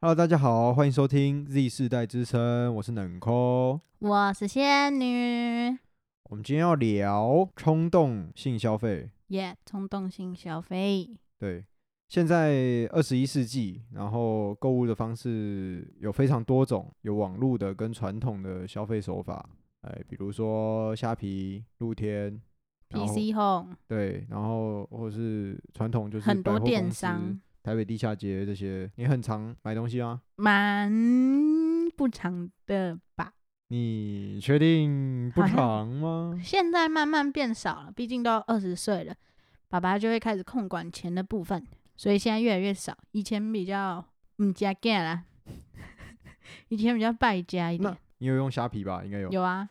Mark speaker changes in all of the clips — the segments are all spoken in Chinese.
Speaker 1: Hello，大家好，欢迎收听 Z 世代之声，我是冷抠。
Speaker 2: 我是仙女，
Speaker 1: 我们今天要聊冲动性消费。
Speaker 2: 耶、冲动性消费，
Speaker 1: 对，现在二十一世纪，然后购物的方式有非常多种，有网络的跟传统的消费手法，哎，比如说虾皮、露天。然后
Speaker 2: PC Home
Speaker 1: 对，然后或是传统就是
Speaker 2: 很多
Speaker 1: 百货
Speaker 2: 电
Speaker 1: 公司
Speaker 2: 商、
Speaker 1: 台北地下街这些，你很常买东西吗？
Speaker 2: 蛮不长的吧，
Speaker 1: 你确定不
Speaker 2: 好像
Speaker 1: 长吗？
Speaker 2: 现在慢慢变少了，毕竟都二十岁了，爸爸就会开始控管钱的部分，所以现在越来越少。以前比较嗯加干啦， 以前比较败家一
Speaker 1: 那
Speaker 2: 点，
Speaker 1: 你有用虾皮吧？应该有。
Speaker 2: 有啊，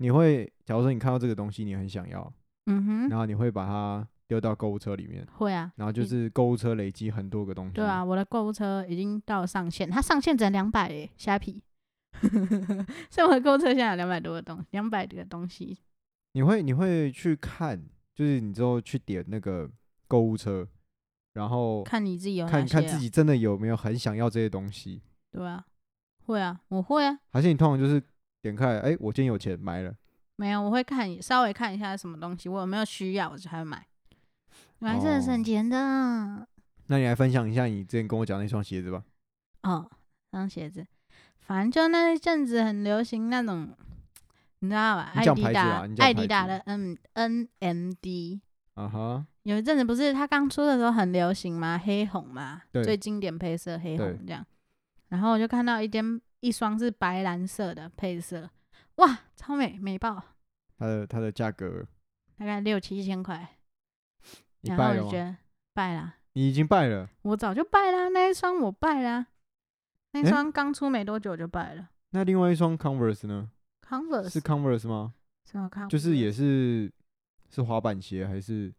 Speaker 1: 你会，假如说你看到这个东西，你很想要，
Speaker 2: 嗯哼，
Speaker 1: 然后你会把它丢到购物车里面，
Speaker 2: 会啊，
Speaker 1: 然后就
Speaker 2: 你
Speaker 1: 是购物车累积很多个东西。
Speaker 2: 对啊，，我的购物车已经到上限，它上限只能两百诶，虾皮。 所以我的购物车现在有两百多个东，两百个东西。
Speaker 1: 你会你会去看，就是你之后去点那个购物车，然后
Speaker 2: 看你自己有哪
Speaker 1: 看
Speaker 2: 些、啊，
Speaker 1: 看自己真的有没有很想要这些东西，
Speaker 2: 对啊，会啊，我会啊，
Speaker 1: 还是你通常就是点开来，哎，我今天有钱买了。
Speaker 2: 没有，我会看稍微看一下什么东西，我有没有需要，我才会买。买这
Speaker 1: 哦
Speaker 2: 省钱的啊，
Speaker 1: 那你来分享一下你之前跟我讲那双鞋子吧。
Speaker 2: 哦，那双鞋子，反正就那一阵子很流行那种，你知道吧？
Speaker 1: 你
Speaker 2: 艾
Speaker 1: 讲
Speaker 2: 迪
Speaker 1: 牌子
Speaker 2: 达
Speaker 1: 啊你，讲
Speaker 2: 艾
Speaker 1: 牌
Speaker 2: 迪达
Speaker 1: 子
Speaker 2: 的嗯 NMD，
Speaker 1: 啊哈，
Speaker 2: 有一阵子不是它刚出的时候很流行吗？黑红嘛，
Speaker 1: 对
Speaker 2: 最经典配色黑
Speaker 1: 对
Speaker 2: 红这样。然后我就看到一间一双是白蓝色的配色，哇，超美美爆，
Speaker 1: 它的它的价格
Speaker 2: 大概六七千块。
Speaker 1: 你
Speaker 2: 然
Speaker 1: 败
Speaker 2: 后
Speaker 1: 了
Speaker 2: 我就觉
Speaker 1: 吗？
Speaker 2: 得败啦，
Speaker 1: 你已经败了，
Speaker 2: 我早就败啦，那一双我败啦，那一
Speaker 1: 诶
Speaker 2: 双刚出没多久就败了。
Speaker 1: 那另外一双 Converse 呢？
Speaker 2: Converse
Speaker 1: 是 Converse 吗？
Speaker 2: 什么 Converse？
Speaker 1: 就是也是是滑板鞋还是？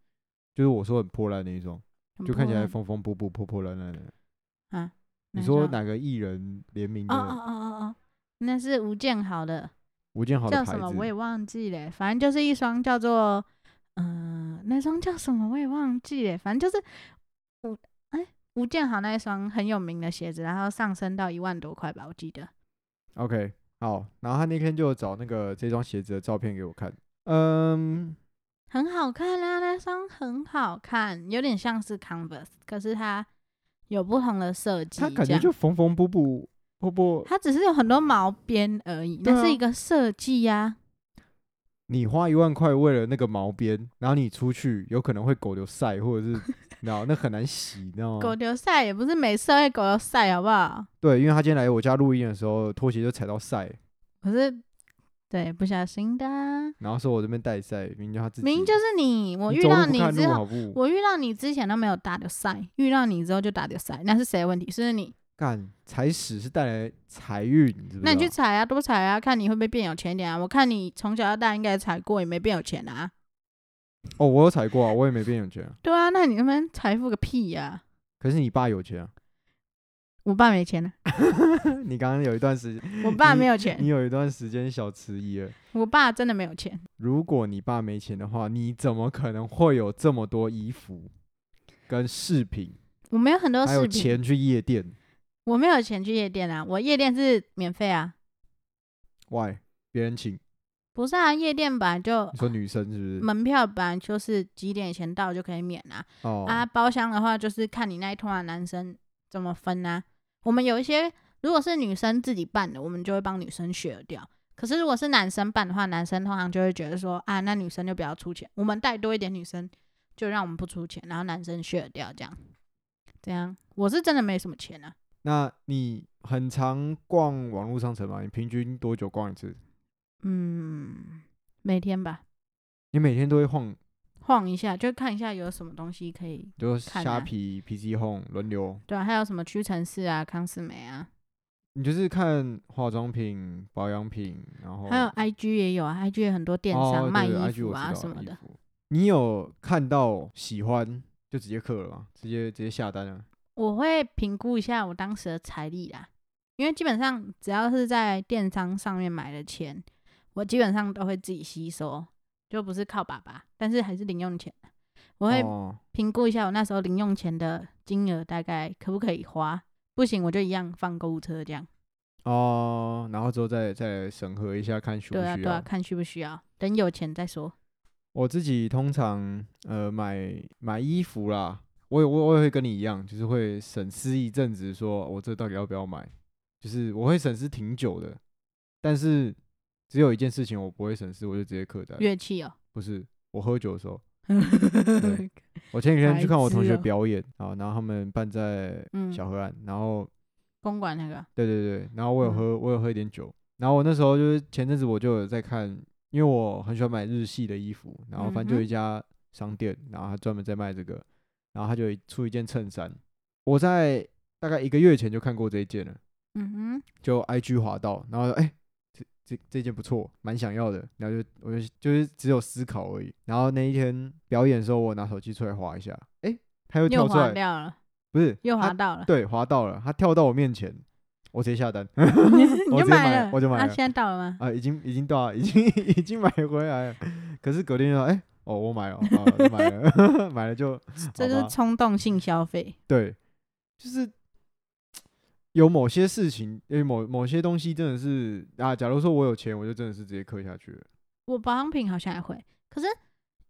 Speaker 1: 就是我说很破烂那一双，
Speaker 2: 很
Speaker 1: 就看起
Speaker 2: 破
Speaker 1: 来
Speaker 2: 烂
Speaker 1: 风风破破破破烂烂的。
Speaker 2: 啊。
Speaker 1: 你
Speaker 2: 一
Speaker 1: 说
Speaker 2: 双？
Speaker 1: 哪个艺人联名
Speaker 2: 哦哦
Speaker 1: 的
Speaker 2: 哦哦哦，那是吴建豪的，
Speaker 1: 吴建豪的
Speaker 2: 叫
Speaker 1: 牌
Speaker 2: 什么我也
Speaker 1: 子？
Speaker 2: 忘记了，反正就是一双叫做嗯、呃那双叫什么我也忘记了，反正就是吴哎吴建豪那一双很有名的鞋子，然后上升到一万多块吧，我记得。
Speaker 1: OK，好，然后他那天就有找那个这双鞋子的照片给我看。嗯，
Speaker 2: 很好看啊，那双很好看，有点像是 Converse，可是它有不同的设计。
Speaker 1: 他感
Speaker 2: 这
Speaker 1: 觉
Speaker 2: 样
Speaker 1: 就缝缝补补 破破。
Speaker 2: 它只是有很多毛边而已，
Speaker 1: 对
Speaker 2: 那
Speaker 1: 啊
Speaker 2: 是一个设计啊呀。
Speaker 1: 你花一万块为了那个毛边，然后你出去有可能会狗流晒，或者是，然后那很难洗，你知道
Speaker 2: 狗
Speaker 1: 吗？
Speaker 2: 流晒也不是每次都会狗流晒，好不好？
Speaker 1: 对，因为他今天来我家录音的时候，拖鞋就踩到晒，
Speaker 2: 可是对不小心的啊，
Speaker 1: 然后说我这边带晒，明明就他自己。
Speaker 2: 明明就是你，我哦遇
Speaker 1: 走路
Speaker 2: 到
Speaker 1: 不
Speaker 2: 你
Speaker 1: 看
Speaker 2: 之
Speaker 1: 路
Speaker 2: 后，
Speaker 1: 好不
Speaker 2: 我遇到你之前都没有打的赛，遇到你之后就打的赛，那是谁的问题？是你？
Speaker 1: 干踩屎是带来财运，你知不知道？
Speaker 2: 那你去踩啊，多踩啊，看你会不会变有钱一点啊？我看你从小到大应该踩过，也没变有钱啊。
Speaker 1: 哦，我有踩过啊，我也没变有钱啊，
Speaker 2: 对啊，那你那边财富个屁呀、
Speaker 1: 可是你爸有钱啊。
Speaker 2: 我爸没钱啊，
Speaker 1: 你刚刚有一段时 间，
Speaker 2: 我爸没有钱
Speaker 1: 你，有一段时间小迟疑了。
Speaker 2: 我爸真的没有钱。
Speaker 1: 如果你爸没钱的话，你怎么可能会有这么多衣服跟饰品，
Speaker 2: 我没有很多
Speaker 1: 还有
Speaker 2: 饰品，
Speaker 1: 钱去夜店
Speaker 2: 我没有钱去夜店啊，我夜店是免费啊，
Speaker 1: ？Why？别人请
Speaker 2: 不是啊，夜店本来就
Speaker 1: 你说女生是不是？
Speaker 2: 门票本来就是几点以前到就可以免啊，
Speaker 1: 哦，
Speaker 2: 啊，包厢的话就是看你那一通的男生怎么分啊。我们有一些如果是女生自己办的，我们就会帮女生雪掉。可是如果是男生办的话，男生通常就会觉得说啊，那女生就不要出钱，我们带多一点女生，就让我们不出钱，然后男生雪掉这样。这样，我是真的没什么钱啊，
Speaker 1: 那你很常逛网络商城吗？你平均多久逛一次？
Speaker 2: 嗯，每天吧
Speaker 1: 你每天都会晃，
Speaker 2: 晃一下，就看一下有什么东西可以，
Speaker 1: 比如说
Speaker 2: 看
Speaker 1: 虾
Speaker 2: 啊
Speaker 1: 皮、PC Home 轮流，
Speaker 2: 对啊，还有什么屈臣氏啊、康斯美啊，
Speaker 1: 你就是看化妆品、保养品，然后
Speaker 2: 还有 IG 也有啊，IG 有很多电商、
Speaker 1: 哦、
Speaker 2: 卖
Speaker 1: 对对
Speaker 2: 衣
Speaker 1: IG
Speaker 2: 服
Speaker 1: 我知
Speaker 2: 啊
Speaker 1: 道
Speaker 2: 什么的
Speaker 1: 衣。服你有看到喜欢就直接刻了吗？直接直接下单了？
Speaker 2: 我会评估一下我当时的财力啦，因为基本上只要是在电商上面买的钱，我基本上都会自己吸收，就不是靠爸爸，但是还是零用钱。啊我会
Speaker 1: 哦
Speaker 2: 评估一下我那时候零用钱的金额大概可不可以花，不行我就一样放购物车这样。
Speaker 1: 哦，然后之后再再审核一下，看需不
Speaker 2: 对啊，
Speaker 1: 需
Speaker 2: 对啊，
Speaker 1: 要。
Speaker 2: 看需不需要，等有钱再说。
Speaker 1: 我自己通常呃买买衣服啦，我也我我也会跟你一样，就是会审视一阵子，说我这到底要不要买，就是我会审视挺久的。但是只有一件事情我不会审视，我就直接刻单，
Speaker 2: 乐器哦，
Speaker 1: 不是我喝酒的时候。我前几天去看我同学
Speaker 2: 白痴哦
Speaker 1: 表演啊，然后他们办在
Speaker 2: 嗯
Speaker 1: 小河岸，然后
Speaker 2: 公馆那个，
Speaker 1: 对对对，然后我有
Speaker 2: 嗯
Speaker 1: 喝，我有喝一点酒。然后我那时候就是前阵子我就有在看，因为我很喜欢买日系的衣服，然后反正就有
Speaker 2: 嗯哼
Speaker 1: 一家商店，然后他专门在卖这个，然后他就有出一件衬衫，我在大概一个月前就看过这一件了，
Speaker 2: 嗯
Speaker 1: 就 IG 滑到，然后哎、这这这件不错，蛮想要的，然后就我就就是只有思考而已。然后那一天表演的时候，我拿手机出来滑一下，哎、它又
Speaker 2: 哼，又
Speaker 1: 跳出
Speaker 2: 滑
Speaker 1: 来，
Speaker 2: 掉了，
Speaker 1: 不是
Speaker 2: 又
Speaker 1: 它
Speaker 2: 滑到了，
Speaker 1: 对，滑到了，它跳到我面前，我直接下单。
Speaker 2: 你
Speaker 1: 啊我
Speaker 2: 就
Speaker 1: 直接买
Speaker 2: 买
Speaker 1: 了
Speaker 2: 了，
Speaker 1: 我就买
Speaker 2: 啊
Speaker 1: 了
Speaker 2: 现在到了吗？
Speaker 1: 啊，已经已经到了，已经 已经买回来了。可是隔天就说，哎、哦，我买了，哦，我买了， 买了就
Speaker 2: 这就
Speaker 1: 好
Speaker 2: 是
Speaker 1: 吧
Speaker 2: 冲动性消费。
Speaker 1: 对，就是有某些事情，因为某某些东西真的是啊，假如说我有钱，我就真的是直接氪下去了。
Speaker 2: 我保养品好像也会，可是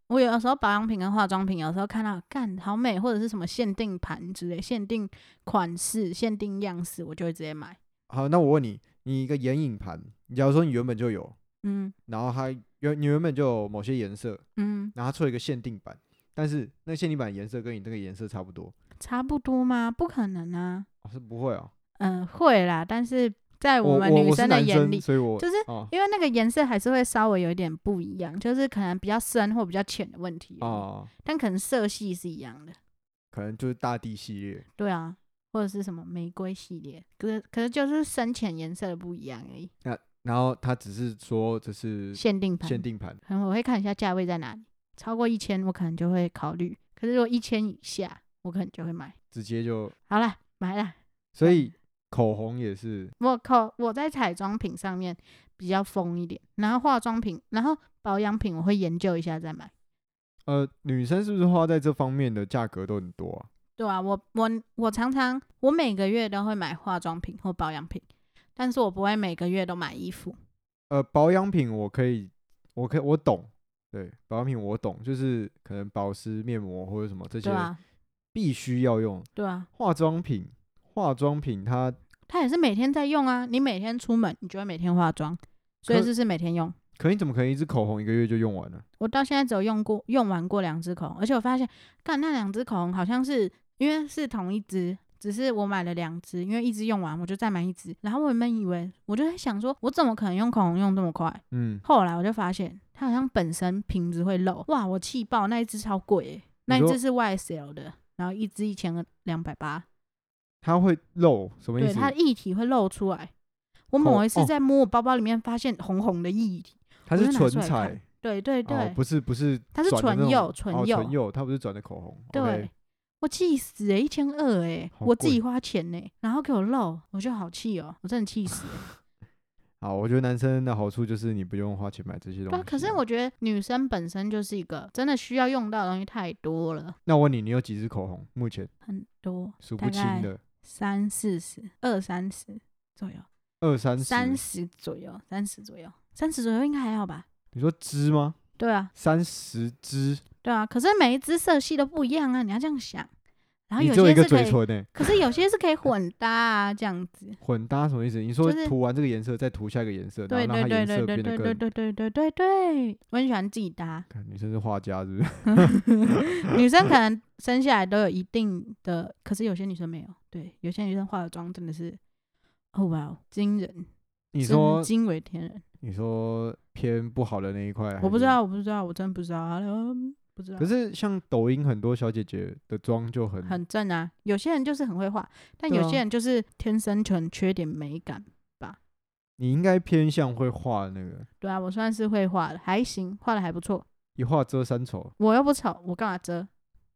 Speaker 2: 我有的时候保养品跟化妆品，有时候看到干好美，或者是什么限定盘之类、限定款式、限定样式，我就会直接买。
Speaker 1: 好，那我问你，你一个眼影盘，假如说你原本就有，
Speaker 2: 嗯
Speaker 1: 然后它原你原本就有某些颜色，
Speaker 2: 嗯，
Speaker 1: 然后它出了一个限定版，但是那限定版颜色跟你这个颜色差不多，
Speaker 2: 差不多吗？不可能啊。
Speaker 1: 哦、是不会哦。
Speaker 2: 嗯、会啦，但是在
Speaker 1: 我
Speaker 2: 们
Speaker 1: 我
Speaker 2: 女
Speaker 1: 我是
Speaker 2: 的
Speaker 1: 男
Speaker 2: 眼里，
Speaker 1: 所以我
Speaker 2: 就是
Speaker 1: 哦
Speaker 2: 因为那个颜色还是会稍微有一点不一样，就是可能比较深或比较浅的问题而已，
Speaker 1: 哦，
Speaker 2: 但可能色系是一样的。
Speaker 1: 可能就是大地系列。
Speaker 2: 对啊，或者是什么玫瑰系列，可是可是就是深浅颜色的不一样而已，
Speaker 1: 然后他只是说这是
Speaker 2: 限定盘。
Speaker 1: 限定盘，
Speaker 2: 可能我会看一下价位在哪里，超过一千我可能就会考虑，可是如果一千以下，我可能就会买。
Speaker 1: 直接就，
Speaker 2: 好了，买了。
Speaker 1: 所以口红也是
Speaker 2: 我靠，我在彩妆品上面比较疯一点，然后化妆品，然后保养品我会研究一下再买。
Speaker 1: 呃，女生是不是花在这方面的价格都很多啊？
Speaker 2: 对啊，我我我常常我每个月都会买化妆品或保养品，但是我不会每个月都买衣服。
Speaker 1: 呃，保养品我可以，我可以我懂，对，保养品我懂，就是可能保湿、面膜或者什么这些
Speaker 2: 对啊，
Speaker 1: 必须要用。
Speaker 2: 对啊，
Speaker 1: 化妆品，化妆品它
Speaker 2: 它也是每天在用啊。你每天出门，你就会每天化妆，所以
Speaker 1: 可
Speaker 2: 就是每天用。
Speaker 1: 可你怎么可能一支口红一个月就用完了？
Speaker 2: 我到现在只有用过用完过两支口红，而且我发现，干那两支口红好像是因为是同一支，只是我买了两支，因为一支用完我就再买一支。然后我原本以为，我就在想说，我怎么可能用口红用这么快？
Speaker 1: 嗯，
Speaker 2: 后来我就发现，它好像本身瓶子会漏，哇，我气爆！那一支超贵耶、那一
Speaker 1: 说
Speaker 2: 支是 YSL 的，然后一支一千两百八，
Speaker 1: 它会漏，什么意
Speaker 2: 对，
Speaker 1: 思？
Speaker 2: 它液体会漏出来。我某一次
Speaker 1: 哦
Speaker 2: 在摸我包包里面，发现红红的液体，
Speaker 1: 它
Speaker 2: 我
Speaker 1: 是
Speaker 2: 就拿
Speaker 1: 唇
Speaker 2: 出来看
Speaker 1: 彩，
Speaker 2: 对对对，
Speaker 1: 哦，不是不是
Speaker 2: 它是
Speaker 1: 转的那
Speaker 2: 唇
Speaker 1: 种，
Speaker 2: 釉唇
Speaker 1: 哦
Speaker 2: 釉
Speaker 1: 唇釉，它不是转的口红。
Speaker 2: 对
Speaker 1: OK，
Speaker 2: 我气死哎、欸，一千二哎，
Speaker 1: 好
Speaker 2: 我自
Speaker 1: 贵
Speaker 2: 己花钱呢、欸然后给我漏，我就好气哦、我真的 气死欸、
Speaker 1: 好，我觉得男生的好处就是你不用花钱买这些东西
Speaker 2: 对
Speaker 1: 啊、
Speaker 2: 啊，可是我觉得女生本身就是一个真的需要用到的东西太多了，
Speaker 1: 那我问你，你有几支口红？目前
Speaker 2: 很多，
Speaker 1: 数
Speaker 2: 大
Speaker 1: 不清
Speaker 2: 概
Speaker 1: 的，
Speaker 2: 三四十，二三十左右，
Speaker 1: 二三十。
Speaker 2: 三十左右，三十左右，三十左右应该还好吧？
Speaker 1: 你说支吗？
Speaker 2: 对啊，
Speaker 1: 三十支，
Speaker 2: 对啊，可是每一只色系都不一样啊，你要这样想。然后
Speaker 1: 你
Speaker 2: 有
Speaker 1: 只有一
Speaker 2: 些
Speaker 1: 个
Speaker 2: 是可
Speaker 1: 嘴
Speaker 2: 以，
Speaker 1: 唇呢、
Speaker 2: 可是有些是可以混搭啊，这样 子。
Speaker 1: 混搭什么意思？你说
Speaker 2: 就是
Speaker 1: 涂完这个颜色，再涂下一个颜色，然
Speaker 2: 对对
Speaker 1: 后啊让它
Speaker 2: 对
Speaker 1: 颜
Speaker 2: 对对
Speaker 1: 色变得
Speaker 2: 对对
Speaker 1: 更……
Speaker 2: 对对对对对，我很喜欢自己 搭。
Speaker 1: 看女生是画家是不 是？
Speaker 2: 女生可能生下来都有一定的，可是有些女生没有。对，有些女生化的妆真的是，哦哇哦，惊人，
Speaker 1: 你
Speaker 2: 真
Speaker 1: 说
Speaker 2: 惊为天人。
Speaker 1: 你说偏不好的那一块，
Speaker 2: 我不知
Speaker 1: 还是。
Speaker 2: 道，我不知道，我真不知道，嗯不知道
Speaker 1: 哎可。是像抖音很多小姐姐的妆就很
Speaker 2: 很正啊，有些人就是很会画，但
Speaker 1: 对
Speaker 2: 有
Speaker 1: 啊
Speaker 2: 些人就是天生就很缺点美感。
Speaker 1: 你应该偏向会画的那个
Speaker 2: 对啊，我算是会画的，还行，画的还不错。
Speaker 1: 一画遮三丑
Speaker 2: 我又不丑，我干嘛遮？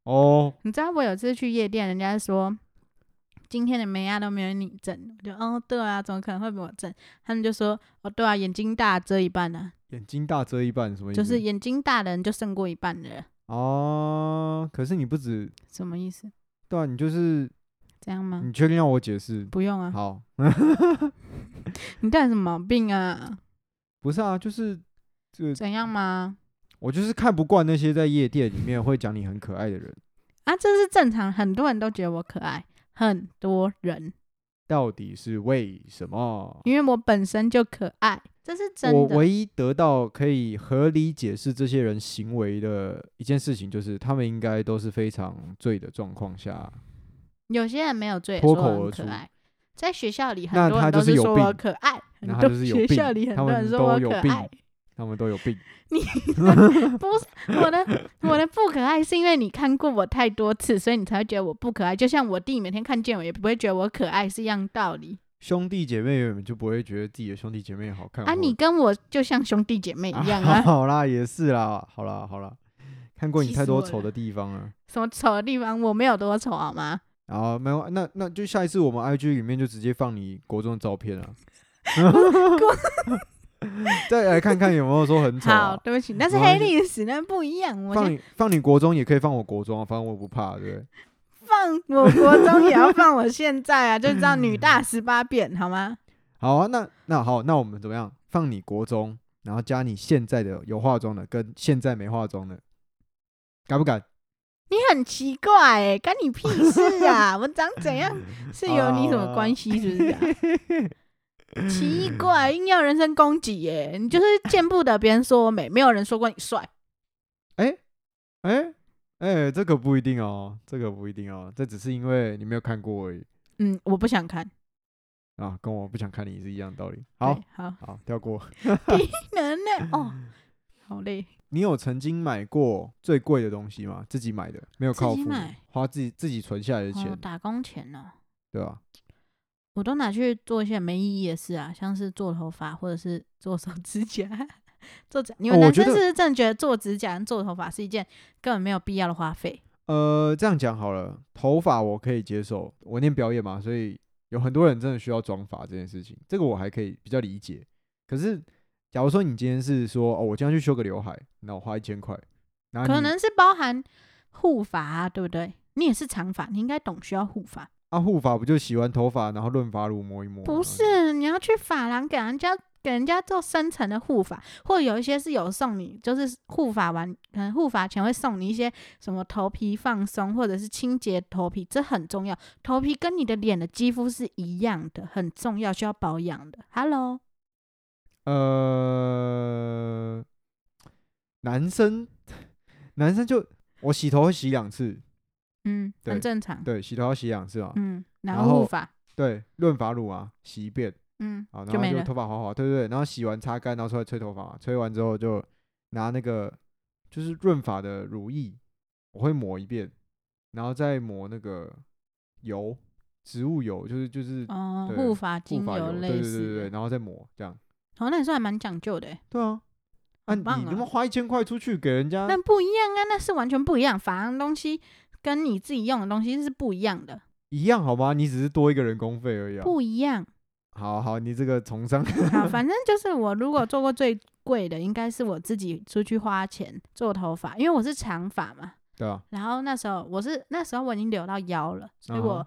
Speaker 1: 哦，
Speaker 2: 你知道我有次去夜店，人家说今天的眉啊都没有你正，我就哦对啊，怎么可能会比我正？他们就说哦对啊，眼睛大遮一半呢、
Speaker 1: 眼睛大遮一半什么
Speaker 2: 啊，
Speaker 1: 意
Speaker 2: 就
Speaker 1: 思？
Speaker 2: 是眼睛大的人就胜过一半的人。
Speaker 1: 哦，可是你不止，
Speaker 2: 什么意思？
Speaker 1: 对啊，你就是
Speaker 2: 这样吗？
Speaker 1: 你确定要我解释？
Speaker 2: 不用啊，
Speaker 1: 嗯好，
Speaker 2: 你到底什么毛病啊？
Speaker 1: 嗯不是啊，就是这个，
Speaker 2: 怎样吗？
Speaker 1: 我就是看不惯那些在夜店里面会讲你很可爱的人，
Speaker 2: 啊，这是正常，很多人都觉得我可爱，很多人，
Speaker 1: 到底是为什么？
Speaker 2: 因为我本身就可爱，这是真
Speaker 1: 我
Speaker 2: 的。
Speaker 1: 唯一得到可以合理解释这些人行为的一件事情，就是他们应该都是非常醉的状况下，
Speaker 2: 有些人没有醉，
Speaker 1: 脱
Speaker 2: 说
Speaker 1: 口
Speaker 2: 我很
Speaker 1: 而
Speaker 2: 可
Speaker 1: 出
Speaker 2: 爱。在学校里，
Speaker 1: 那
Speaker 2: 很多
Speaker 1: 他
Speaker 2: 人
Speaker 1: 就
Speaker 2: 都
Speaker 1: 是有
Speaker 2: 说我
Speaker 1: 病
Speaker 2: 可爱，很
Speaker 1: 那他
Speaker 2: 多
Speaker 1: 就是有
Speaker 2: 学
Speaker 1: 病
Speaker 2: 校里很
Speaker 1: 他
Speaker 2: 多
Speaker 1: 们
Speaker 2: 人说
Speaker 1: 都
Speaker 2: 我
Speaker 1: 有
Speaker 2: 可
Speaker 1: 病
Speaker 2: 爱。
Speaker 1: 他们都有病。
Speaker 2: 不是我的，我的不可爱是因为你看过我太多次，所以你才会觉得我不可爱。就像我弟每天看见我也不会觉得我可爱是一样道理
Speaker 1: 兄弟姐妹们就不会觉得自己的兄弟姐妹好看
Speaker 2: 啊。
Speaker 1: 或
Speaker 2: 你跟我就像兄弟姐妹一样 啊，
Speaker 1: 好啦，也是啦，好啦，好啦，看过你
Speaker 2: 气
Speaker 1: 太
Speaker 2: 死
Speaker 1: 多
Speaker 2: 我
Speaker 1: 丑
Speaker 2: 了
Speaker 1: 的地方了。
Speaker 2: 什么丑的地方我没有多丑好吗？
Speaker 1: 然后没有，那那就下一次我们 IG 里面就直接放你国中的照片啊， 再来看看有没有说很丑、
Speaker 2: 好，
Speaker 1: 啊。
Speaker 2: 对不起，那是
Speaker 1: 没
Speaker 2: 黑
Speaker 1: 关系
Speaker 2: 历史，那不一样。我
Speaker 1: 放
Speaker 2: 先
Speaker 1: 你放你国中也可以放我国中啊，反正我不怕，对不对？
Speaker 2: 放我国中也要放我现在啊，就知道女大十八变好吗？
Speaker 1: 好啊，那那好，那我们怎么样？放你国中，然后加你现在的有化妆的跟现在没化妆的，敢不敢？
Speaker 2: 你很奇怪哎、干你屁事 啊！我长怎样是有
Speaker 1: 哦
Speaker 2: 你什么关系是不是、啊？ 奇怪，硬要人身攻击耶、你就是见不得别人说我美，没有人说过你帅。
Speaker 1: 哎、哎、这个不一定哦，这个不一定哦，这只是因为你没有看过而已
Speaker 2: 嗯，我不想看。
Speaker 1: 啊，跟我不想看你是一样的道理。好
Speaker 2: 对，好，
Speaker 1: 好跳过。
Speaker 2: 能呢？ 哦，好累。
Speaker 1: 你有曾经买过最贵的东西吗？自己买的，没有
Speaker 2: 自
Speaker 1: 靠
Speaker 2: 己
Speaker 1: 父母
Speaker 2: 买，
Speaker 1: 花自己自己存下来的钱，
Speaker 2: 哦，打工钱哦，
Speaker 1: 对吧？
Speaker 2: 我都拿去做一些没意义的事啊，像是做头发或者是做手指甲。 做指，你们
Speaker 1: 哦我
Speaker 2: 男
Speaker 1: 觉
Speaker 2: 生
Speaker 1: 得
Speaker 2: 是不是真的觉得做指甲、跟做头发是一件根本没有必要的花费？
Speaker 1: 呃，这样讲好了，头发我可以接受，我念表演嘛，所以有很多人真的需要妆发这件事情，这个我还可以比较理解。可是，假如说你今天是说，哦，我今天去修个刘海，那我花一千块，然后
Speaker 2: 可
Speaker 1: 啊你
Speaker 2: 能是包含护发、啊，对不对？你也是长发，你应该懂需要护发。
Speaker 1: 啊护发不就洗完头发，然后润发乳抹一抹？然
Speaker 2: 不
Speaker 1: 后
Speaker 2: 是，你要去发廊给人家给人家做深层的护发，或者有一些是有送你，就是护发完，可能护发前会送你一些什么头皮放松，或者是清洁头皮，这很重要。头皮跟你的脸的肌肤是一样的，很重要，需要保养的。Hello，
Speaker 1: 呃，男生男生就我洗头会洗两次，
Speaker 2: 嗯，
Speaker 1: 对
Speaker 2: 很正常。
Speaker 1: 对，洗头要洗两次嘛，
Speaker 2: 嗯，然
Speaker 1: 然
Speaker 2: 后护
Speaker 1: 后
Speaker 2: 发，
Speaker 1: 对，润发乳啊洗一遍。
Speaker 2: 嗯，
Speaker 1: 好，
Speaker 2: 就
Speaker 1: 然后
Speaker 2: 没
Speaker 1: 就
Speaker 2: 了。
Speaker 1: 头发滑滑，对对对，然后洗完擦干，然后出来吹头发嘛，吹完之后就拿那个就是润发的乳液，我会抹一遍，然后再抹那个油，植物油，就是就是
Speaker 2: 哦，
Speaker 1: 对
Speaker 2: 护发
Speaker 1: 护
Speaker 2: 精
Speaker 1: 发油，对
Speaker 2: 类
Speaker 1: 对对
Speaker 2: 似
Speaker 1: 对，
Speaker 2: 的。
Speaker 1: 然后再抹这样，
Speaker 2: 哦，那也算还蛮讲究的欸。
Speaker 1: 对啊，啊
Speaker 2: 很
Speaker 1: 你
Speaker 2: 棒
Speaker 1: 他
Speaker 2: 啊
Speaker 1: 妈花一千块出去给人家，
Speaker 2: 那不一样啊，那是完全不一样。法郎东西跟你自己用的东西是不一样的，
Speaker 1: 一样好吗？你只是多一个人工费而已啊。
Speaker 2: 不一样。
Speaker 1: 好好，你这个从商，
Speaker 2: 好，反正就是我如果做过最贵的，应该是我自己出去花钱做头发，因为我是长发嘛。
Speaker 1: 对啊，
Speaker 2: 然后那时候我是那时候我已经留到腰了，所以我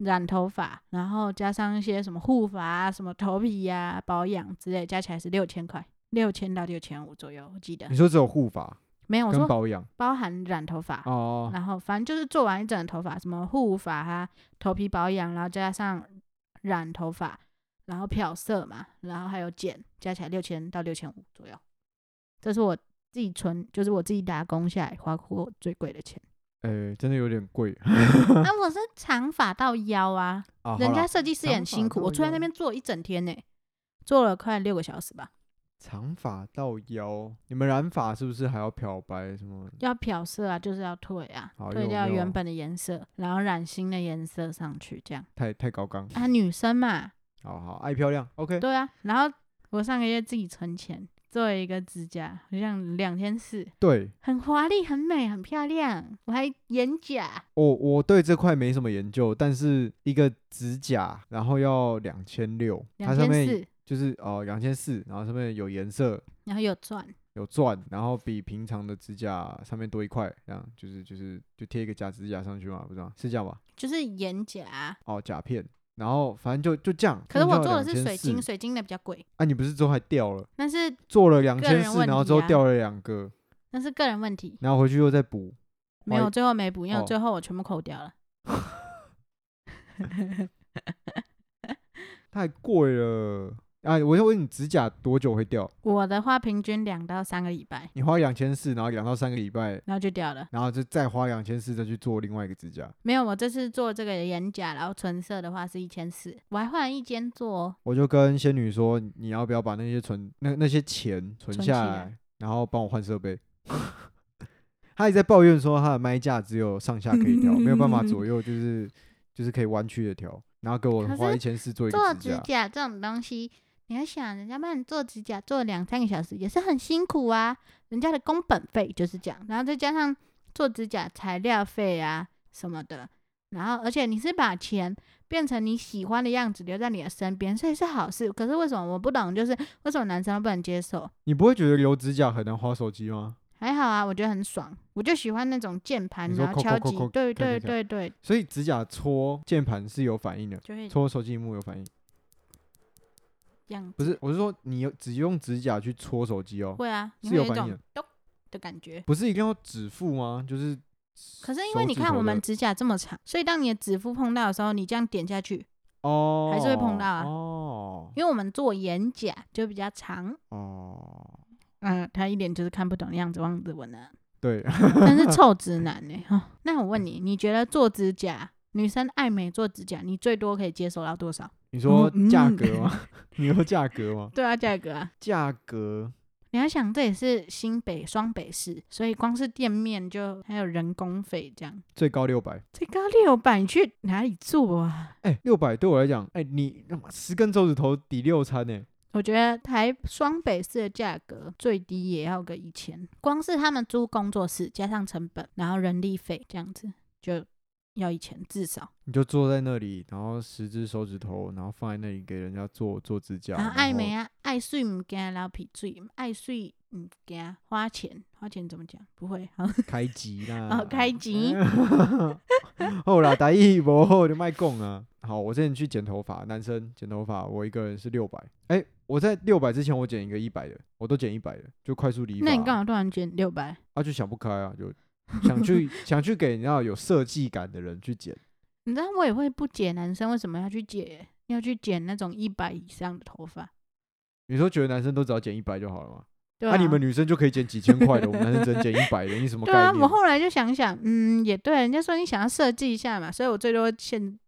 Speaker 1: 嗯
Speaker 2: 染头发，然后加上一些什么护发啊、什么头皮呀、保养之类，加起来是六千块，六千到六千五左右，我记得
Speaker 1: 你。说只有护发
Speaker 2: 没呃有，我
Speaker 1: 嗯跟
Speaker 2: 说啊
Speaker 1: 保养
Speaker 2: 包含染头发。
Speaker 1: 哦，
Speaker 2: 然后反正就是做完一整个头发，什么护发啊、头皮保养，然后加上染头发，然后漂色嘛，然后还有剪，加起来六千到六千五左右。这是我自己存，就是我自己打工下来花过最贵的 钱。
Speaker 1: 哎，真的有点贵
Speaker 2: 那啊我是长发到腰啊，
Speaker 1: 啊，
Speaker 2: 人
Speaker 1: 好啦
Speaker 2: 家设计师也很
Speaker 1: 长发
Speaker 2: 辛苦，我
Speaker 1: 到
Speaker 2: 坐在那
Speaker 1: 腰
Speaker 2: 边坐一整天呢、坐了快六个小时吧，
Speaker 1: 长发到腰，你们染发是不是还要漂白什么？
Speaker 2: 要漂色啊，就是要退啊
Speaker 1: 好，
Speaker 2: 退
Speaker 1: 有
Speaker 2: 掉
Speaker 1: 没
Speaker 2: 原
Speaker 1: 有
Speaker 2: 本的颜色，然后染新的颜色上去，这样
Speaker 1: 太太高纲，
Speaker 2: 啊，女生嘛，
Speaker 1: 好好爱漂亮 ，OK。
Speaker 2: 对啊，然后我上个月自己存钱做了一个指甲，好像两千四，
Speaker 1: 对
Speaker 2: 很华丽、很美、很漂亮。我还眼甲，
Speaker 1: 我我对这块没什么研究，但是一个指甲，然后要两千六，它
Speaker 2: 两
Speaker 1: 上
Speaker 2: 千
Speaker 1: 面
Speaker 2: 四，
Speaker 1: 就是哦两千四，然后上面有颜色，
Speaker 2: 然后有钻，
Speaker 1: 有钻，然后比平常的指甲上面多一块，这样就是就是就贴一个假指甲上去嘛，不知道是这样吧？
Speaker 2: 就是眼甲。
Speaker 1: 哦，甲片，然后反正就就这样。
Speaker 2: 可是
Speaker 1: 那
Speaker 2: 我
Speaker 1: 就
Speaker 2: 做
Speaker 1: 要
Speaker 2: 的是水晶，
Speaker 1: 2400
Speaker 2: 水晶的比较贵，
Speaker 1: 啊，你不是之后还掉了，
Speaker 2: 那是
Speaker 1: 做了两千
Speaker 2: 人
Speaker 1: 四，
Speaker 2: 问
Speaker 1: 然后
Speaker 2: 题
Speaker 1: 之后
Speaker 2: 啊
Speaker 1: 掉了两个，
Speaker 2: 那是个人问题，
Speaker 1: 然后回去又再补，
Speaker 2: 没
Speaker 1: 哎
Speaker 2: 有最后没补药，
Speaker 1: 哦
Speaker 2: 最后我全部扣掉了。
Speaker 1: 太贵了。啊，我就问你指甲多久会掉？
Speaker 2: 我的话平均两到三个礼拜，
Speaker 1: 你花两千四，然后两到三个礼拜，
Speaker 2: 然后就掉了。
Speaker 1: 然后就再花两千四再去做另外一个指甲，
Speaker 2: 没有，我这次做这个眼甲，然后唇色的话是一千四，我还换了一间做
Speaker 1: 我就跟仙女说，你要不要把那些存那那些钱存
Speaker 2: 存
Speaker 1: 下
Speaker 2: 起
Speaker 1: 来
Speaker 2: 来，
Speaker 1: 然后帮我换设备。 他也在抱怨说，他的麦架只有上下可以调，没有办法 左右，就是就是可以弯曲的调。然后给我
Speaker 2: 可
Speaker 1: 花
Speaker 2: 是
Speaker 1: 一千四做一
Speaker 2: 做
Speaker 1: 个指
Speaker 2: 指
Speaker 1: 甲，
Speaker 2: 甲这种东西，你要想人家帮你做指甲做两三个小时也是很辛苦啊，人家的工本费就是这样，然后再加上做指甲材料费啊什么的，然后而且你是把钱变成你喜欢的样子留在你的身边，所以是好事。可是为什么我不懂？就是为什么男生不能接受？
Speaker 1: 你不会觉得留指甲很难花手机吗？
Speaker 2: 还好啊，我觉得很爽，我就喜欢那种键盘
Speaker 1: 你说
Speaker 2: 然后
Speaker 1: 扣扣
Speaker 2: 敲
Speaker 1: 扣
Speaker 2: 击
Speaker 1: 扣，
Speaker 2: 对
Speaker 1: 跳
Speaker 2: 对
Speaker 1: 跳
Speaker 2: 对对，
Speaker 1: 所以指甲搓键盘是有反应的，
Speaker 2: 就会
Speaker 1: 搓手机屏幕有反应。
Speaker 2: 这样。
Speaker 1: 不是，我是说你有只用指甲去搓手机哦，
Speaker 2: 会啊，你
Speaker 1: 是
Speaker 2: 会
Speaker 1: 有
Speaker 2: 有一
Speaker 1: 反
Speaker 2: 种
Speaker 1: 应的
Speaker 2: 咚的感觉。
Speaker 1: 不是一定要指腹吗？就是
Speaker 2: 可是因
Speaker 1: 手
Speaker 2: 为你
Speaker 1: 指
Speaker 2: 看
Speaker 1: 头
Speaker 2: 我们
Speaker 1: 的
Speaker 2: 指甲这么长，所以当你的指腹碰到的时候，你这样点下去，
Speaker 1: 哦，
Speaker 2: 还是会碰到啊
Speaker 1: 哦
Speaker 2: 因为我们做眼甲就比较长。
Speaker 1: 哦，
Speaker 2: 嗯，他一脸就是看不懂的样子，望着我呢，
Speaker 1: 对，
Speaker 2: 真是臭直男呢、哦，那我问你，你觉得做指甲，女生爱美做指甲，你最多可以接受到多少？
Speaker 1: 你说价
Speaker 2: 嗯
Speaker 1: 格吗？ 你说价格吗？
Speaker 2: 对啊，价格啊，
Speaker 1: 价格
Speaker 2: 你要想这也是新北双北市，所以光是店面就还有人工费这样，
Speaker 1: 最高六百。
Speaker 2: 最高六百，你去哪里做啊？
Speaker 1: 哎，六百对我来讲，哎，你他妈十根手指头抵六餐欸呢、
Speaker 2: 我觉得台双北市的价格最低也要个一千，光是他们租工作室加上成本，然后人力费这样子就要一千至少。
Speaker 1: 你就坐在那里，然后十只手指头，然后放在那里给人家做做指甲，
Speaker 2: 然后
Speaker 1: 然
Speaker 2: 爱美
Speaker 1: 后
Speaker 2: 啊，爱睡唔惊流鼻水，爱睡唔惊花钱，花钱怎么讲？不会，好，
Speaker 1: 开机啦，
Speaker 2: 好哦开机
Speaker 1: 好啦，打一波后就卖供啊。好，我之前去剪头发，男生剪头发，我一个人是六百。哎，我在六百之前我剪一个一百的，我都剪一百的，就快速理发啊。
Speaker 2: 那你干嘛突然减六百？
Speaker 1: 啊，就想不开啊，就 想去想去给人家有设计感的人去剪。
Speaker 2: 你知道我也会不解男生为什么要去解，要去剪那种一百以上的头发？
Speaker 1: 你说觉得男生都只要剪一百就好了吗？
Speaker 2: 对
Speaker 1: 那、
Speaker 2: 啊，
Speaker 1: 你们女生就可以剪几千块的，我们男生只能剪一百 的，你什么
Speaker 2: 对
Speaker 1: 概
Speaker 2: 啊，
Speaker 1: 念？
Speaker 2: 我后来就想想，嗯，也对，人家说你想要设计一下嘛，所以我最多现，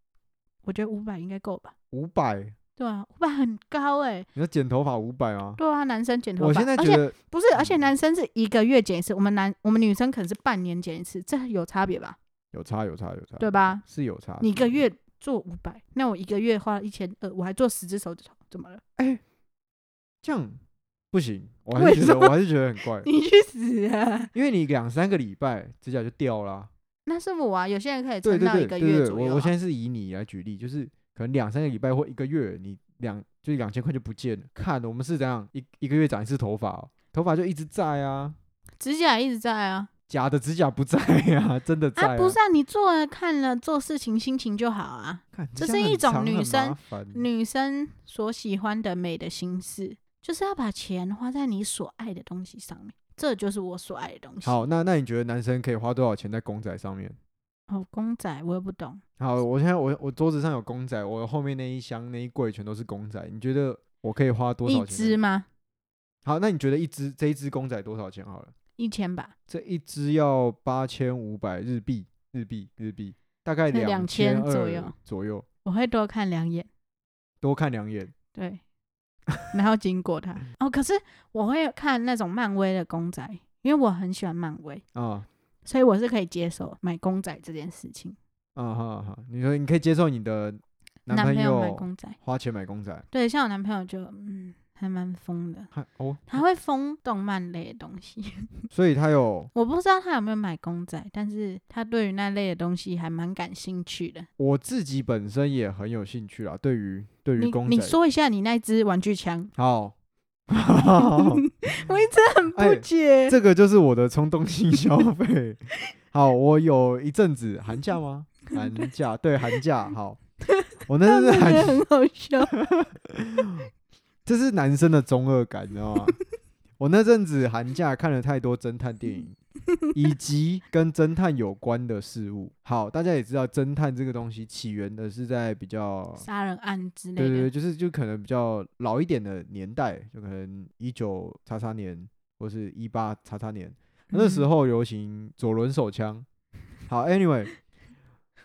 Speaker 2: 我觉得五百应该够吧？
Speaker 1: 五百，
Speaker 2: 对啊，五百很高哎、
Speaker 1: 你要剪头发五百吗？
Speaker 2: 对啊，男生剪头
Speaker 1: 我
Speaker 2: 发，
Speaker 1: 现在
Speaker 2: 而
Speaker 1: 觉
Speaker 2: 且
Speaker 1: 得嗯
Speaker 2: 不是，而且男生是一个月剪一次，我们男我们女生可能是半年剪一次，这有差别吧？
Speaker 1: 有差有差有差，
Speaker 2: 对？吧？
Speaker 1: 是有嗯差。
Speaker 2: 你一个
Speaker 1: 是有
Speaker 2: 月做五百，那我一个月花一千二，我还做十只手指头，怎么了？
Speaker 1: 这样不行，我还
Speaker 2: 为
Speaker 1: 是觉得
Speaker 2: 什么
Speaker 1: 我还是觉得很怪，
Speaker 2: 你去死啊！
Speaker 1: 因为你两三个礼拜指甲就掉啦、
Speaker 2: 那是我啊，有些人可以
Speaker 1: 对
Speaker 2: 撑
Speaker 1: 对
Speaker 2: 到
Speaker 1: 对
Speaker 2: 一个
Speaker 1: 对
Speaker 2: 月
Speaker 1: 对，
Speaker 2: 左右、啊
Speaker 1: 我我现在是以你来举例，就是可能两三个礼拜或一个月，你两就两千块就不见了。看我们是怎样一一个月长一次头发、哦，头发就一直在啊，
Speaker 2: 指甲一直在啊，
Speaker 1: 假的指甲不在啊， 真的在
Speaker 2: 啊不是啊，你做了看了做事情心情就好啊。
Speaker 1: 看
Speaker 2: 这
Speaker 1: 这
Speaker 2: 是
Speaker 1: 样
Speaker 2: 一
Speaker 1: 很
Speaker 2: 种
Speaker 1: 长
Speaker 2: 女
Speaker 1: 很麻
Speaker 2: 生
Speaker 1: 烦
Speaker 2: 女生所喜欢的美的心思，就是要把钱花在你所爱的东西上面。这就是我所爱的东西。，
Speaker 1: 好，那那你觉得男生可以花多少钱在公仔上面？
Speaker 2: 哦，公仔我也不懂，
Speaker 1: 好，我现在我我桌子上有公仔，我后面那一箱那一柜全都是公仔，你觉得我可以花多
Speaker 2: 一
Speaker 1: 少钱
Speaker 2: 只
Speaker 1: 呢？
Speaker 2: 吗？
Speaker 1: 好，那你觉得一只这一只公仔多少钱？好了。
Speaker 2: 一千吧，
Speaker 1: 这一只要八千五百日币，日币，日币，大概
Speaker 2: 这
Speaker 1: 两
Speaker 2: 2000
Speaker 1: 二
Speaker 2: 左右
Speaker 1: 左右，
Speaker 2: 我会多看两眼，
Speaker 1: 多看两眼。
Speaker 2: 对，然后经过它。哦，可是我会看那种漫威的公仔，因为我很喜欢漫威，
Speaker 1: 啊
Speaker 2: 所以我是可以接受买公仔这件事情。
Speaker 1: 啊哈哈！你说你可以接受你的男
Speaker 2: 男
Speaker 1: 朋
Speaker 2: 朋友买
Speaker 1: 友
Speaker 2: 公仔，
Speaker 1: 花钱买公仔，
Speaker 2: 对，像我男朋友就嗯还蛮疯的，
Speaker 1: 他哦，
Speaker 2: 他会疯动漫类的东西。
Speaker 1: 所以他有
Speaker 2: 我不知道他有没有买公仔，但是他对于那类的东西还蛮感兴趣的。
Speaker 1: 我自己本身也很有兴趣啦，对于对于
Speaker 2: 你
Speaker 1: 公
Speaker 2: 你
Speaker 1: 仔，
Speaker 2: 说一下你那只玩具枪，
Speaker 1: 好，
Speaker 2: 我一直很嗯不
Speaker 1: 哎
Speaker 2: 解。
Speaker 1: 这个就是我的冲动性消费。好，我有一阵子寒假吗？寒 假对寒假，好，我那阵
Speaker 2: 我
Speaker 1: 子
Speaker 2: 觉
Speaker 1: 寒
Speaker 2: 得很好笑，
Speaker 1: 这是男生的中二感，你知道吗？我那阵子寒假看了太多侦探电 影，以及跟侦探有关的事物。好，大家也知道，侦探这个东西起源的是在比较，
Speaker 2: 杀人案之类
Speaker 1: 对对对，
Speaker 2: 的，
Speaker 1: 就是就可能比较老一点的年代，就可能一九叉叉年或是一八叉叉年，那时
Speaker 2: 嗯
Speaker 1: 候流行左轮手枪。好，anyway，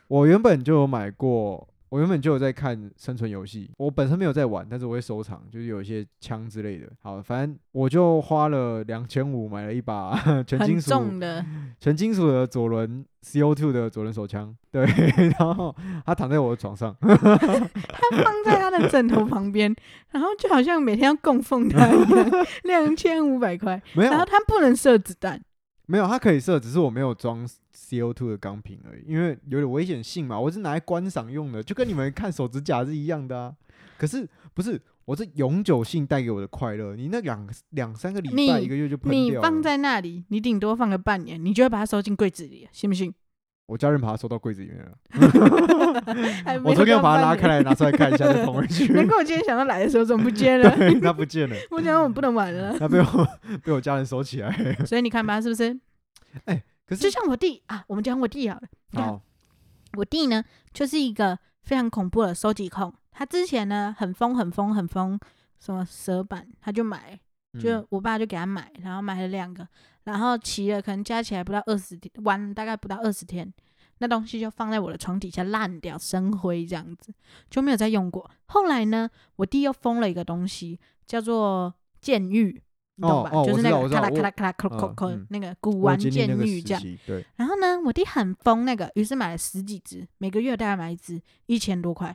Speaker 1: 我原本就有买过，我原本就有在看生存游戏，我本身没有在玩，但是我会收藏，就是有一些枪之类的。好，反正我就花了两千五买了一把 全
Speaker 2: 很
Speaker 1: 金属嗯
Speaker 2: 重的，
Speaker 1: 全金属的左轮 CO2 的左轮手枪，对， 然后它躺在我的床上，
Speaker 2: 放在他的枕头旁边，然后就好像每天要供奉他一样， 两千五百块，
Speaker 1: 没有
Speaker 2: 然后他不能射子弹，
Speaker 1: 没有，它可以射，只是我没有装 CO2 的钢瓶而已，因为有点危险性嘛。我是拿来观赏用的，就跟你们看手指甲是一样的啊。可是不是，我是永久性带给我的快乐。你那两两三个礼拜、
Speaker 2: 你
Speaker 1: 一个月就喷
Speaker 2: 你
Speaker 1: 掉了。
Speaker 2: 放在那里，你顶多放个半年，你就会把它收进柜子里了，信不信？
Speaker 1: 我家人把它收到柜子里面了。
Speaker 2: 还没
Speaker 1: 我
Speaker 2: 有
Speaker 1: 昨天
Speaker 2: 到
Speaker 1: 把它
Speaker 2: 半
Speaker 1: 拉
Speaker 2: 年
Speaker 1: 开，来拿出来看一下，再捧回去。
Speaker 2: 难怪我今天想到来的时候怎么不见了？
Speaker 1: 对，它不见了，
Speaker 2: 我想我不能玩了，
Speaker 1: 它被我 被我家人收起来。
Speaker 2: 所以你看吧，是不是？
Speaker 1: 可
Speaker 2: 就是像我弟啊，我们讲我弟好了，你看
Speaker 1: 好，
Speaker 2: 我弟呢，就是一个非常恐怖的收集控。他之前呢，很疯很疯很疯，什么蛇板，他就买，
Speaker 1: 嗯
Speaker 2: 就我爸就给他买，然后买了两个，然后骑了可能加起来不到二十天，玩了大概不到二十天，那东西就放在我的床底下烂掉生灰这样子，就没有再用过。后来呢，我弟又封了一个东西，叫做监狱。你懂
Speaker 1: 哦
Speaker 2: 吧？
Speaker 1: 哦
Speaker 2: 就
Speaker 1: 我
Speaker 2: 是
Speaker 1: 知
Speaker 2: 那
Speaker 1: 道
Speaker 2: 个
Speaker 1: 我知
Speaker 2: 咔
Speaker 1: 道
Speaker 2: 啦咔
Speaker 1: 我
Speaker 2: 啦咔啦咔啦咔啦咔啦
Speaker 1: 嗯嗯
Speaker 2: 那个古
Speaker 1: 我
Speaker 2: 玩
Speaker 1: 经历那
Speaker 2: 监
Speaker 1: 个
Speaker 2: 狱
Speaker 1: 时
Speaker 2: 这样。
Speaker 1: 期，对，
Speaker 2: 然后呢，我弟很疯那个，于是买了十几只，每个月大概买一只，一千多块，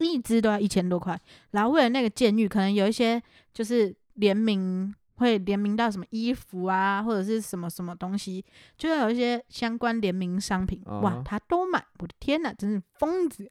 Speaker 2: 一只都要一千多块。然后为了那个监狱，可能有一些就是联名，会联名到什么衣服啊，或者是什么什么东西，就要有一些相关联名商品，
Speaker 1: 啊
Speaker 2: 哇
Speaker 1: 哈，
Speaker 2: 他都买！我的天哪，真是疯子！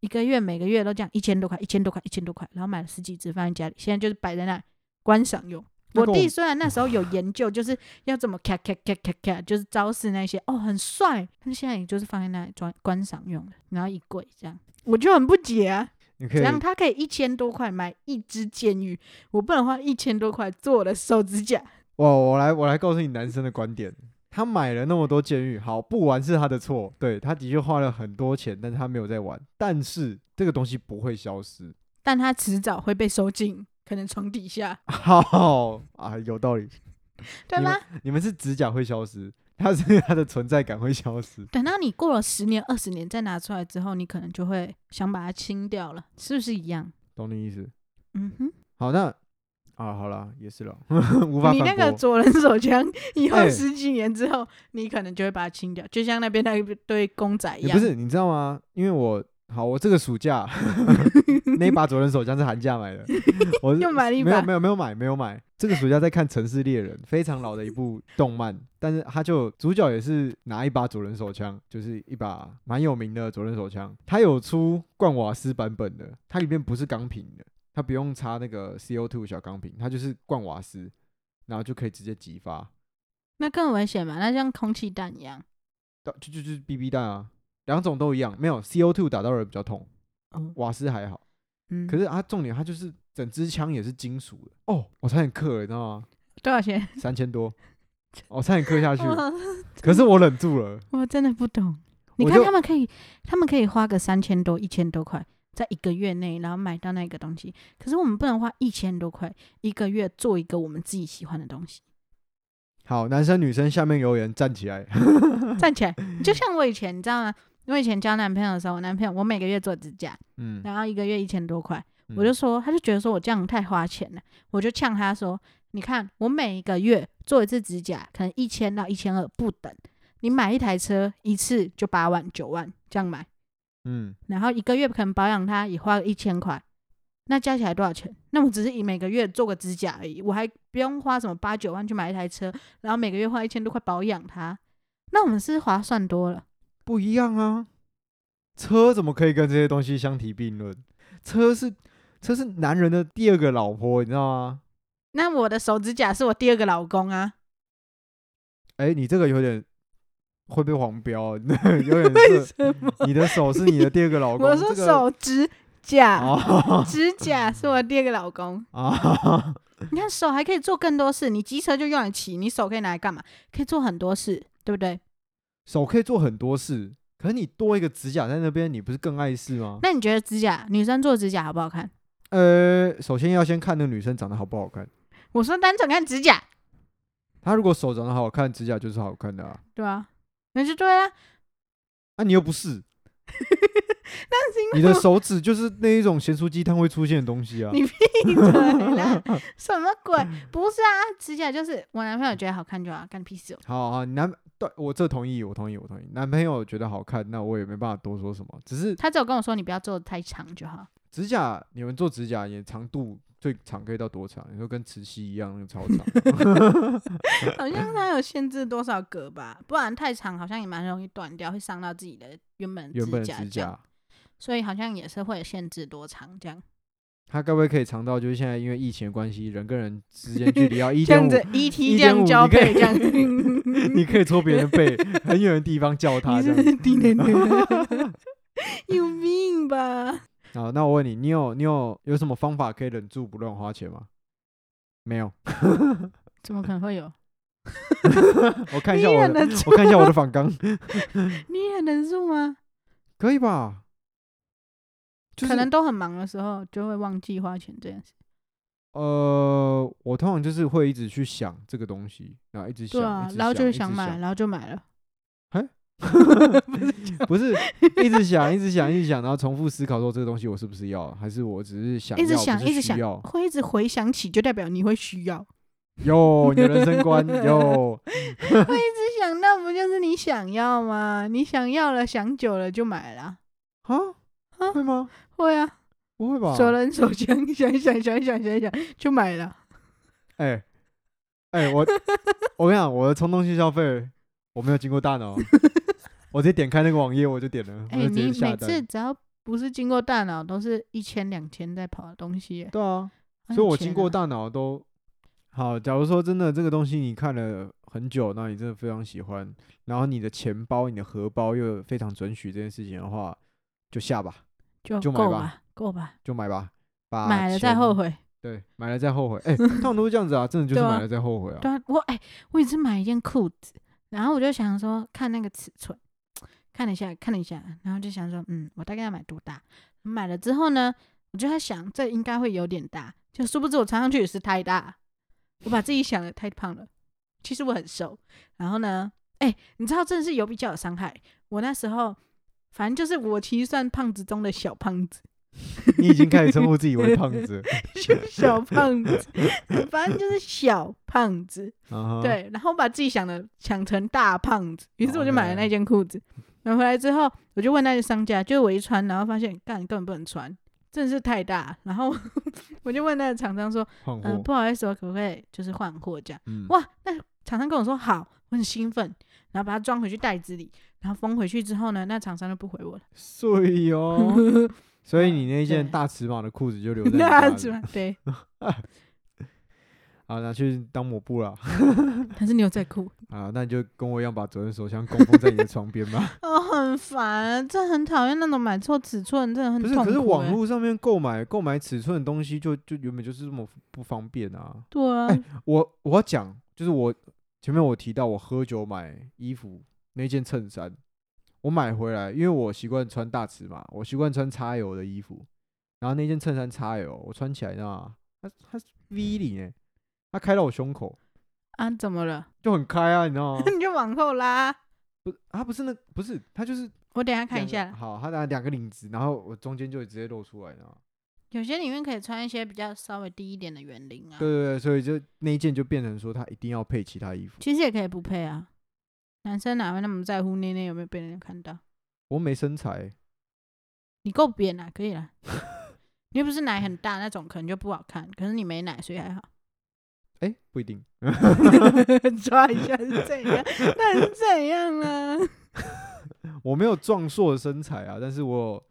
Speaker 2: 一个月每个月都这样一千多块，一千多块，一千多块，然后买了十几只放在家里，现在就是摆在那观赏用。
Speaker 1: 那
Speaker 2: 我
Speaker 1: 跟我
Speaker 2: 弟虽然那时候有研究，就是要怎么咔咔咔咔咔，就是招式那些，哦，很帅。但现在也就是放在那里装观赏用的，然后一柜这样，我就很不解啊，
Speaker 1: 你可
Speaker 2: 怎
Speaker 1: 以
Speaker 2: 样他可以一千多块买一只监狱，我不能花一千多块做我的手指甲？
Speaker 1: 我我来我来告诉你男生的观点，他买了那么多监狱，好不玩是他的错，对他的确花了很多钱，但是他没有在玩，但是这个东西不会消失，
Speaker 2: 但他迟早会被收进可能床底下，
Speaker 1: 好啊，有道理，
Speaker 2: 对啊
Speaker 1: 你
Speaker 2: 吗
Speaker 1: 们？你们是指甲会消失，他是他的存在感会消失，
Speaker 2: 等到你过了十年、二十年再拿出来之后，你可能就会想把它清掉了，是不是一样？
Speaker 1: 懂你意思？
Speaker 2: 嗯哼，
Speaker 1: 好，那啊，好了，也是了， 无法
Speaker 2: 你那
Speaker 1: 反
Speaker 2: 个
Speaker 1: 驳。
Speaker 2: 左轮手枪，以后
Speaker 1: 哎
Speaker 2: 十几年之后，你可能就会把它清掉，就像那边那一堆公仔一
Speaker 1: 也
Speaker 2: 样。
Speaker 1: 不是，你知道吗？因为我好，我这个暑 假那把左轮手枪是寒假买的，我是
Speaker 2: 又买了一
Speaker 1: 没
Speaker 2: 把
Speaker 1: 有没有没有买没有买。这个暑假在看《城市猎人》，非常老的一部动漫，但是他就主角也是拿一把左轮手枪，就是一把蛮有名的左轮手枪。它有出灌瓦斯版本的，它里面不是钢瓶的，它不用插那个 CO2 小钢瓶，它就是灌瓦斯，然后就可以直接击发，
Speaker 2: 那更危险嘛？那像空气弹一样。
Speaker 1: 到就就就是 BB 弹啊，两种都一样，没有 CO2 打到人比较痛，
Speaker 2: 哦，
Speaker 1: 瓦斯还好。
Speaker 2: 嗯，
Speaker 1: 可是它重点，它就是整支枪也是金属的哦，我差点刻了，你知道 吗？
Speaker 2: 多少钱？
Speaker 1: 三千多，我差点刻下去，
Speaker 2: 我
Speaker 1: 可是我忍住了。
Speaker 2: 我 真的不懂。你
Speaker 1: 我
Speaker 2: 看
Speaker 1: 就
Speaker 2: 他们可以，他们可以花个三千多、一千多块，在一个月内，然后买到那个东西。可是我们不能花一千多块一个月做一个我们自己喜欢的东西。
Speaker 1: 好，男生女生下面留言站起来，
Speaker 2: 站起来。就像我以前，你知道吗？我以前交男朋友的时候，我男朋友我每个月做指甲，
Speaker 1: 嗯，
Speaker 2: 然后一个月一千多块，
Speaker 1: 嗯
Speaker 2: 我就说，他就觉得说我这样太花钱了，我就呛他说，你看我每一个月做一次指甲，可能一千到一千二不等，你买一台车一次就八万九万这样买，
Speaker 1: 嗯，
Speaker 2: 然后一个月可能保养它也花了一千块，那加起来多少钱？那我只是以每个月做个指甲而已，我还不用花什么八九万去买一台车，然后每个月花一千多块保养它，那我们是划算多了。
Speaker 1: 不一样啊。车怎么可以跟这些东西相提并论？车是车是男人的第二个老婆，你知道吗？
Speaker 2: 那我的手指甲是我第二个老公啊，
Speaker 1: 哎、你这个有点会被黄标， 有点
Speaker 2: 为
Speaker 1: 是
Speaker 2: 什么？
Speaker 1: 你的手是你的第二个老公，
Speaker 2: 我说
Speaker 1: 这个
Speaker 2: 手啊指甲，
Speaker 1: 哦
Speaker 2: 指甲是我第二个老公。
Speaker 1: 啊，
Speaker 2: 你看手还可以做更多事，你机车就用来骑，你手可以拿来干嘛？可以做很多事，对不对？
Speaker 1: 手可以做很多事，可是你多一个指甲在那边，你不是更碍事 吗？
Speaker 2: 那你觉得指甲，女生做指甲好不好看？
Speaker 1: 呃，首先要先看那个女生长得好不好看，
Speaker 2: 我说单纯看指甲，
Speaker 1: 她如果手长得好看，指甲就是好看的啊，
Speaker 2: 对 啊，那就对啊。
Speaker 1: 啊，你又 不是，
Speaker 2: 但是因为
Speaker 1: 你的
Speaker 2: 我
Speaker 1: 手指就是那一种咸酥鸡摊会出现的东西啊
Speaker 2: 你，闭嘴啦，啊什么鬼？不是啊，指甲就是我男朋友觉得好看就好，干屁事哦。
Speaker 1: 好好，你男对我这同意，我同意，我同意，男朋友觉得好看，那我也没办法多说什么，只是
Speaker 2: 他只有跟我说你不要做的太长就好。
Speaker 1: 指甲，你们做指甲也长度最长可以到多长？你说跟慈禧一样，那个 超长
Speaker 2: 好像它有限制多少格吧，不然太长好像也蛮容易断掉，会伤到自己的原本
Speaker 1: 原本的
Speaker 2: 甲
Speaker 1: 指
Speaker 2: 这样
Speaker 1: 甲，
Speaker 2: 所以好像也是会有限制多长这样。
Speaker 1: 它该不会可以长到就是现在因为疫情的关系，人跟人之间距离要 一
Speaker 2: 这
Speaker 1: 点
Speaker 2: 样
Speaker 1: 五
Speaker 2: 子，ET
Speaker 1: 1.5
Speaker 2: 这样交配
Speaker 1: 你可以
Speaker 2: 这 样，
Speaker 1: 你可以戳别人的 背，很远的地方叫
Speaker 2: 你
Speaker 1: 他啊
Speaker 2: 是
Speaker 1: 这样 子。
Speaker 2: 低能 的，有病吧？
Speaker 1: 好，那我问你，你有你有有什么方法可以忍住不乱花钱吗？没有，
Speaker 2: 怎么可能会有？
Speaker 1: 我看一
Speaker 2: 你
Speaker 1: 下我
Speaker 2: 忍得
Speaker 1: 的，
Speaker 2: 住
Speaker 1: 我？看一下我 的反纲，
Speaker 2: 你忍得住吗？
Speaker 1: 可以吧？就是
Speaker 2: 可能都很忙的时候就会忘记花钱这件事。
Speaker 1: 呃，我通常就是会一直去想这个东西，然后一直想，
Speaker 2: 对啊
Speaker 1: 一，直
Speaker 2: 然后就
Speaker 1: 一
Speaker 2: 想
Speaker 1: 直
Speaker 2: 买，然后就买了。
Speaker 1: 不是一直想，一直想，一直想，然后重复思考说这个东西我是不是要，还是我只是想要，
Speaker 2: 一直想，
Speaker 1: 不是
Speaker 2: 一直
Speaker 1: 需
Speaker 2: 想
Speaker 1: 要，
Speaker 2: 会一直回想起，就代表你会需要。
Speaker 1: 有你的人生 观，有
Speaker 2: 会一直想到，不就是你想要吗？你想要了，想久了就买了啊。
Speaker 1: 啊
Speaker 2: 啊？
Speaker 1: 会吗？
Speaker 2: 会啊，
Speaker 1: 不会吧？
Speaker 2: 手人手枪，想一想，想一想，想一想，就买了。
Speaker 1: 哎哎， 我我跟你讲，我的冲动性消费我没有经过 大脑，我直接点开那个网页我就点了，我
Speaker 2: 哎、
Speaker 1: 就直
Speaker 2: 你
Speaker 1: 接下
Speaker 2: 每次
Speaker 1: 单。
Speaker 2: 只要不是经过大脑，都是一千两千在跑的东西耶。
Speaker 1: 对啊，
Speaker 2: 很
Speaker 1: 所以我
Speaker 2: 闲
Speaker 1: 经过
Speaker 2: 啊
Speaker 1: 大脑都好。假如说真的这个东西你看了很久，那你真的非常喜欢，然后你的钱包、你的荷包又非常准许这件事情的话，就下吧，
Speaker 2: 就
Speaker 1: 就买
Speaker 2: 够
Speaker 1: 吧
Speaker 2: 吧，够吧，
Speaker 1: 就买吧，把
Speaker 2: 买了再
Speaker 1: 钱
Speaker 2: 后。悔。
Speaker 1: 对，买了再后悔。哎、通 常都是这样子啊，真的就是
Speaker 2: 对啊
Speaker 1: 买了再后悔啊。
Speaker 2: 对啊，我哎、我也是买一件裤子，然后我就想说看那个尺寸，看了一下，看了一下，然后就想说，嗯，我大概要买多大？买了之后呢，我就在想，这应该会有点大，就殊不知我穿上去也是太大，我把自己想的太胖了，其实我很瘦。然后呢，哎、你知道真的是有比较有伤害，我那时候。反正就是我其实算胖子中的小胖子，
Speaker 1: 你已经开始称呼自己为胖子了
Speaker 2: 就是小胖子，反正就是小胖子。
Speaker 1: 啊哈。
Speaker 2: 对，然后我把自己想的想成大胖子，于是我就买了
Speaker 1: OK
Speaker 2: 那件裤子。然后回来之后，我就问那个商家，就我一穿，然后发现干根本不能穿，真的是太大。然后 我就问那个厂商说，
Speaker 1: 换
Speaker 2: 嗯、
Speaker 1: 货。
Speaker 2: 不好意思，我可不可以就是换货这样？
Speaker 1: 哦嗯，
Speaker 2: 哇，那厂商跟我说好，我很兴奋，然后把它装回去袋子里，然后封回去之后呢，那厂商就不回我了。
Speaker 1: 碎 哦。所以
Speaker 2: 嗯
Speaker 1: 你那件
Speaker 2: 对
Speaker 1: 大尺码的裤子 就留在你家
Speaker 2: 那
Speaker 1: 里
Speaker 2: 怎么对？
Speaker 1: 啊，拿去当抹布啦。
Speaker 2: 还是牛仔 裤？
Speaker 1: 啊，那你就跟我一样把左右手枪供奉在你的床边吧。
Speaker 2: 哦，很烦，这很讨厌那种买错尺寸，真的 很
Speaker 1: 不
Speaker 2: 痛苦
Speaker 1: 是，
Speaker 2: 欸、
Speaker 1: 可是网络上面购买购买尺寸的东西就，就原本就是这么不方便啊。
Speaker 2: 对啊，
Speaker 1: 我我要讲，就是我前面我提到我喝酒买衣服那件衬衫，我买回来，因为我习惯穿大尺码，我习惯穿 XL 的衣服，然后那件衬衫 XL 我穿起来呢，它它是 V 领诶、它开到我胸口
Speaker 2: 啊，怎么了？
Speaker 1: 就很开啊，你知道吗？
Speaker 2: 你就往后拉。
Speaker 1: 不，它不是那不是，它就是
Speaker 2: 我等一下看
Speaker 1: 两
Speaker 2: 一
Speaker 1: 个
Speaker 2: 下，
Speaker 1: 好，它拿两个领子，然后我中间就直接露出来，你知道吗？
Speaker 2: 有些里面可以穿一些比较稍微低一点的圆领啊，
Speaker 1: 对对对，所以就那一件就变成说他一定要配其他衣服。
Speaker 2: 其实也可以不配啊。男生哪会那么在乎内内有没有被人家看到？
Speaker 1: 我没身材，
Speaker 2: 你够扁啊，可以啦。 你又不是奶很大那种，可能就不好看。可是你没奶，所以还好。
Speaker 1: 哎、不一定。
Speaker 2: 抓一下是怎样？ 那是怎样啊？
Speaker 1: 我没有壮硕的身材啊，但是我有，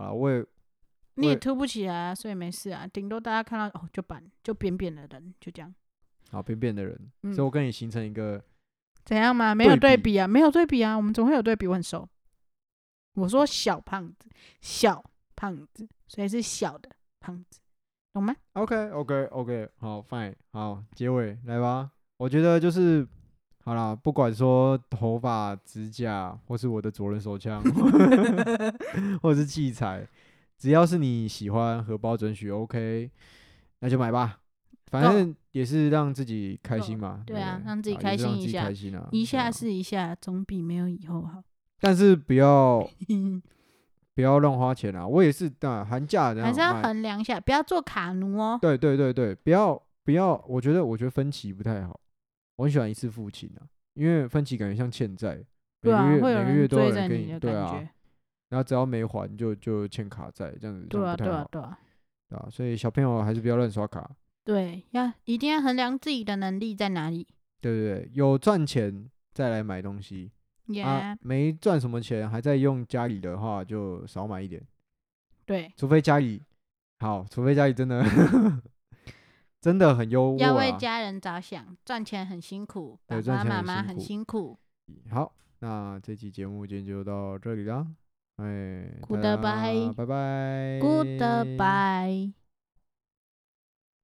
Speaker 1: 啊，我也
Speaker 2: 你也
Speaker 1: 我也
Speaker 2: 凸不起来啊，所以没事啊，顶多大家看到哦就板就扁扁的人就这样，
Speaker 1: 好便便的人，
Speaker 2: 嗯
Speaker 1: 所以我跟你形成一个
Speaker 2: 怎样嘛？没有对
Speaker 1: 对比
Speaker 2: 比啊，没有对比啊，我们总会有对比。我很瘦，我说小胖子，小胖子，所以是小的胖子，懂吗？
Speaker 1: OK OK OK，好 fine，好结尾来吧。我觉得就是好啦，不管说头发、指甲，或是我的左轮手枪， 或是器材，只要是你喜欢，荷包准许 OK，那就买吧。反
Speaker 2: 够
Speaker 1: 正也是让自己开心嘛，
Speaker 2: 对
Speaker 1: 不
Speaker 2: 啊让自己
Speaker 1: 啊也
Speaker 2: 开
Speaker 1: 是让
Speaker 2: 心一
Speaker 1: 自己
Speaker 2: 下
Speaker 1: 开心啊，
Speaker 2: 一
Speaker 1: 对啊
Speaker 2: 下是一下，总比没有以后好。
Speaker 1: 但是不要不要乱花钱啊！我也是，啊，寒假然
Speaker 2: 还
Speaker 1: 后
Speaker 2: 是要
Speaker 1: 买
Speaker 2: 衡量一下，不要做卡奴哦。
Speaker 1: 对对对对，不要不要，我觉得我觉得分期不太好，我很喜欢一次付清啊，因为分期感觉像欠债，
Speaker 2: 对
Speaker 1: 每个
Speaker 2: 啊，
Speaker 1: 月、
Speaker 2: 会有
Speaker 1: 每个月
Speaker 2: 人
Speaker 1: 都有
Speaker 2: 追着
Speaker 1: 人给
Speaker 2: 你
Speaker 1: 你，
Speaker 2: 的
Speaker 1: 对
Speaker 2: 感
Speaker 1: 啊，
Speaker 2: 觉。
Speaker 1: 然后只要没还就就欠卡债这样子，这
Speaker 2: 对
Speaker 1: 样
Speaker 2: 啊，
Speaker 1: 不
Speaker 2: 对
Speaker 1: 太
Speaker 2: 啊
Speaker 1: 好，
Speaker 2: 对啊，
Speaker 1: 对啊，所以小朋友还是不要乱刷卡，
Speaker 2: 对，要一定要衡量自己的能力在哪里。
Speaker 1: 对对对，有赚钱再来买东西啊
Speaker 2: Yeah，，
Speaker 1: 没赚什么钱还在用家里的话就少买一点，
Speaker 2: 对，
Speaker 1: 除非家里好，除非家里真的 真的很优渥啊
Speaker 2: 要为
Speaker 1: 啦
Speaker 2: 家人着想，赚钱很辛苦，爸
Speaker 1: 对赚
Speaker 2: 爸
Speaker 1: 钱
Speaker 2: 妈
Speaker 1: 很
Speaker 2: 妈
Speaker 1: 辛
Speaker 2: 很
Speaker 1: 苦
Speaker 2: 辛苦。
Speaker 1: 好，那这期节目今天就到这里啦。哎大
Speaker 2: Goodbye
Speaker 1: 家拜拜
Speaker 2: Goodbye。